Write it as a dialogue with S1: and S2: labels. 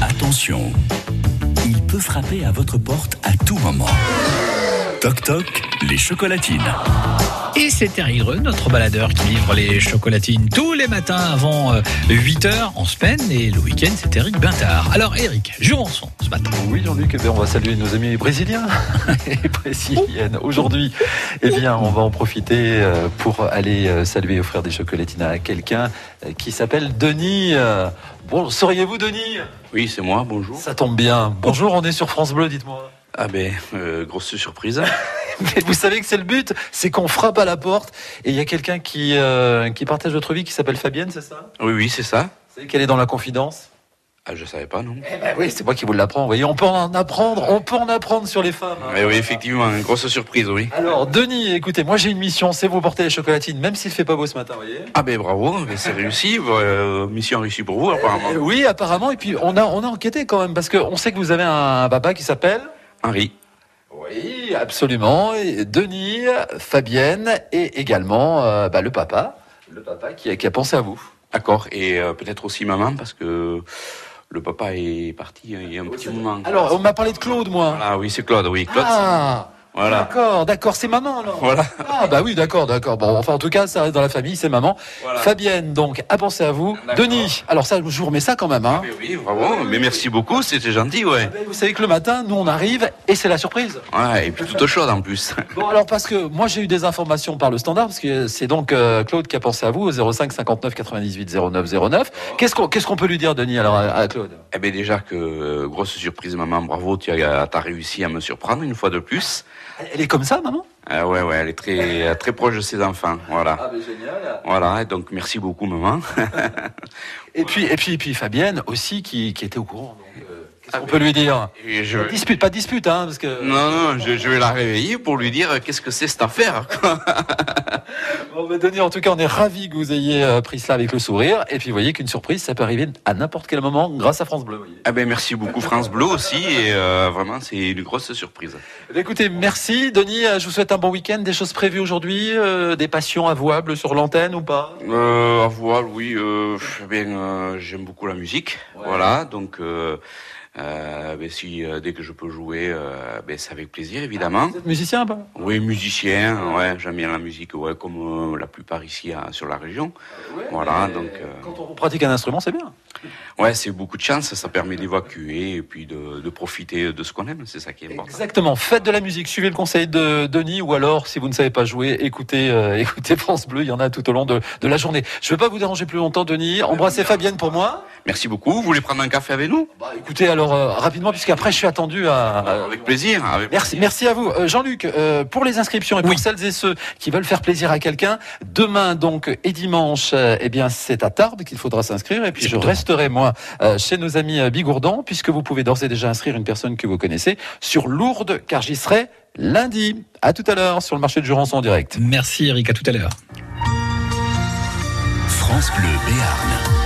S1: Attention, il peut frapper à votre porte à tout moment. Toc toc, les chocolatines.
S2: Et c'est Terry Greux, notre baladeur qui livre les chocolatines tous les matins avant 8h en semaine et le week-end c'est Eric Bintard. Alors Eric, Jurançon ce matin.
S3: Oui Jean-Luc, eh bien, on va saluer nos amis brésiliens et brésiliennes. Aujourd'hui, eh bien, on va en profiter euh, pour aller euh, saluer et offrir des chocolatines à quelqu'un euh, qui s'appelle Denis. Euh, Bon, seriez-vous Denis
S4: Oui, c'est moi, bonjour.
S3: Ça tombe bien. Bonjour, on est sur France Bleu, dites-moi.
S4: Ah ben, euh, grosse surprise.
S3: Mais vous savez que c'est le but, c'est qu'on frappe à la porte et il y a quelqu'un qui, euh, qui partage votre vie qui s'appelle Fabienne, c'est ça
S4: Oui, oui, c'est ça.
S3: Vous savez qu'elle est dans la confidence
S4: Ah, je savais pas, non
S3: Eh ben oui, c'est moi qui vous l'apprends. Vous voyez, on peut en apprendre, on peut en apprendre sur les femmes. hein.
S4: Mais oui, effectivement, une grosse surprise, oui.
S3: Alors, Denis, écoutez, moi j'ai une mission, c'est vous porter les chocolatines, même s'il fait pas beau ce matin, vous voyez
S4: Ah ben bravo, mais c'est réussi, euh, mission réussie pour vous apparemment.
S3: Euh, Oui, apparemment, et puis on a, on a enquêté quand même, parce qu'on sait que vous avez un papa qui s'appelle
S4: Henri,
S3: Oui, absolument, et Denis, Fabienne, et également euh, bah, le papa, le papa qui a, qui a pensé à vous.
S4: d'accord, et euh, peut-être aussi maman, parce que le papa est parti hein, il y a un petit moment.
S3: Alors, on m'a parlé de Claude, moi.
S4: Mmh. Voilà, oui, c'est Claude, oui, Claude.
S3: Ah,
S4: Voilà.
S3: d'accord, d'accord, c'est maman alors.
S4: Voilà.
S3: Ah bah oui, d'accord, d'accord. Bon, enfin en tout cas, ça reste dans la famille, c'est maman.
S4: Voilà.
S3: Fabienne donc a pensé à vous.
S4: D'accord.
S3: Denis, alors ça, je vous remets ça quand même. Hein.
S4: Mais oui, bravo, mais merci beaucoup, c'était gentil, ouais.
S3: Eh ben, Vous savez que le matin, nous on arrive et c'est la surprise.
S4: Ouais, et puis toute chose en plus.
S3: Bon alors parce que moi j'ai eu des informations par le standard parce que c'est donc euh, Claude qui a pensé à vous au 05 59 98 09 09. Qu'est-ce qu'on qu'est-ce qu'on peut lui dire Denis alors à, à Claude
S4: Eh bien déjà que euh, grosse surprise maman, bravo, tu as, t'as réussi à me surprendre une fois de plus.
S3: Elle est comme ça maman
S4: Ah ouais, ouais, elle est très, euh, très proche de ses enfants, voilà.
S3: mais génial.
S4: Voilà, donc merci beaucoup maman.
S3: Et puis et puis et puis Fabienne aussi qui, qui était au courant. donc, euh, Qu'est-ce qu'on peut lui dire
S4: Et je...
S3: Dispute pas dispute hein parce que
S4: Non, non, je, je vais la réveiller pour lui dire euh, qu'est-ce que c'est cette affaire. quoi.
S3: Bon, bah, Denis, en tout cas, on est ravis que vous ayez euh, pris cela avec le sourire. Et puis, vous voyez qu'une surprise, ça peut arriver à n'importe quel moment grâce à France Bleu. vous voyez.
S4: ah ben merci beaucoup France Bleu aussi et euh, vraiment c'est une grosse surprise.
S3: Eh bien, Écoutez, merci, Denis. Euh, Je vous souhaite un bon week-end. Des choses prévues aujourd'hui, euh, des passions avouables sur l'antenne ou pas
S4: Euh, à voir, oui, euh, pff, ben, euh, j'aime beaucoup la musique, voilà, donc euh, euh, ben, si euh, dès que je peux jouer, euh, ben, c'est avec plaisir évidemment.
S3: Vous êtes musicien, pas
S4: Oui, musicien, ouais, j'aime bien la musique, ouais, comme euh, la plupart ici à- sur la région. Voilà, donc euh,
S3: Quand on pratique un instrument, c'est bien.
S4: ouais, c'est beaucoup de chance, ça permet d'évacuer et puis de, de profiter de ce qu'on aime, c'est ça qui est important.
S3: Exactement. Faites de la musique. Suivez le conseil de Denis ou alors, si vous ne savez pas jouer, écoutez, euh, écoutez France Bleu. Il y en a tout au long de, de la journée. Je ne vais pas vous déranger plus longtemps, Denis. Embrassez Fabienne pour moi.
S4: Merci beaucoup. Vous voulez prendre un café avec nous
S3: Bah, écoutez, alors euh, rapidement, puisqu'après, je suis attendu à, à-
S4: Avec plaisir. Avec
S3: Merci, merci à vous. Euh, Jean-Luc, euh, pour les inscriptions et pour
S2: Oui.
S3: celles et ceux qui veulent faire plaisir à quelqu'un, demain donc et dimanche, euh, eh bien c'est à Tarbes qu'il faudra s'inscrire et puis je
S2: Exactement.
S3: resterai moi euh, chez nos amis euh, Bigourdan puisque vous pouvez d'ores et déjà inscrire une personne que vous connaissez sur Lourdes car j'y serai lundi. À tout à l'heure sur le marché de Jurançon en direct.
S2: Merci Eric, à tout à l'heure.
S1: France Bleu Béarn.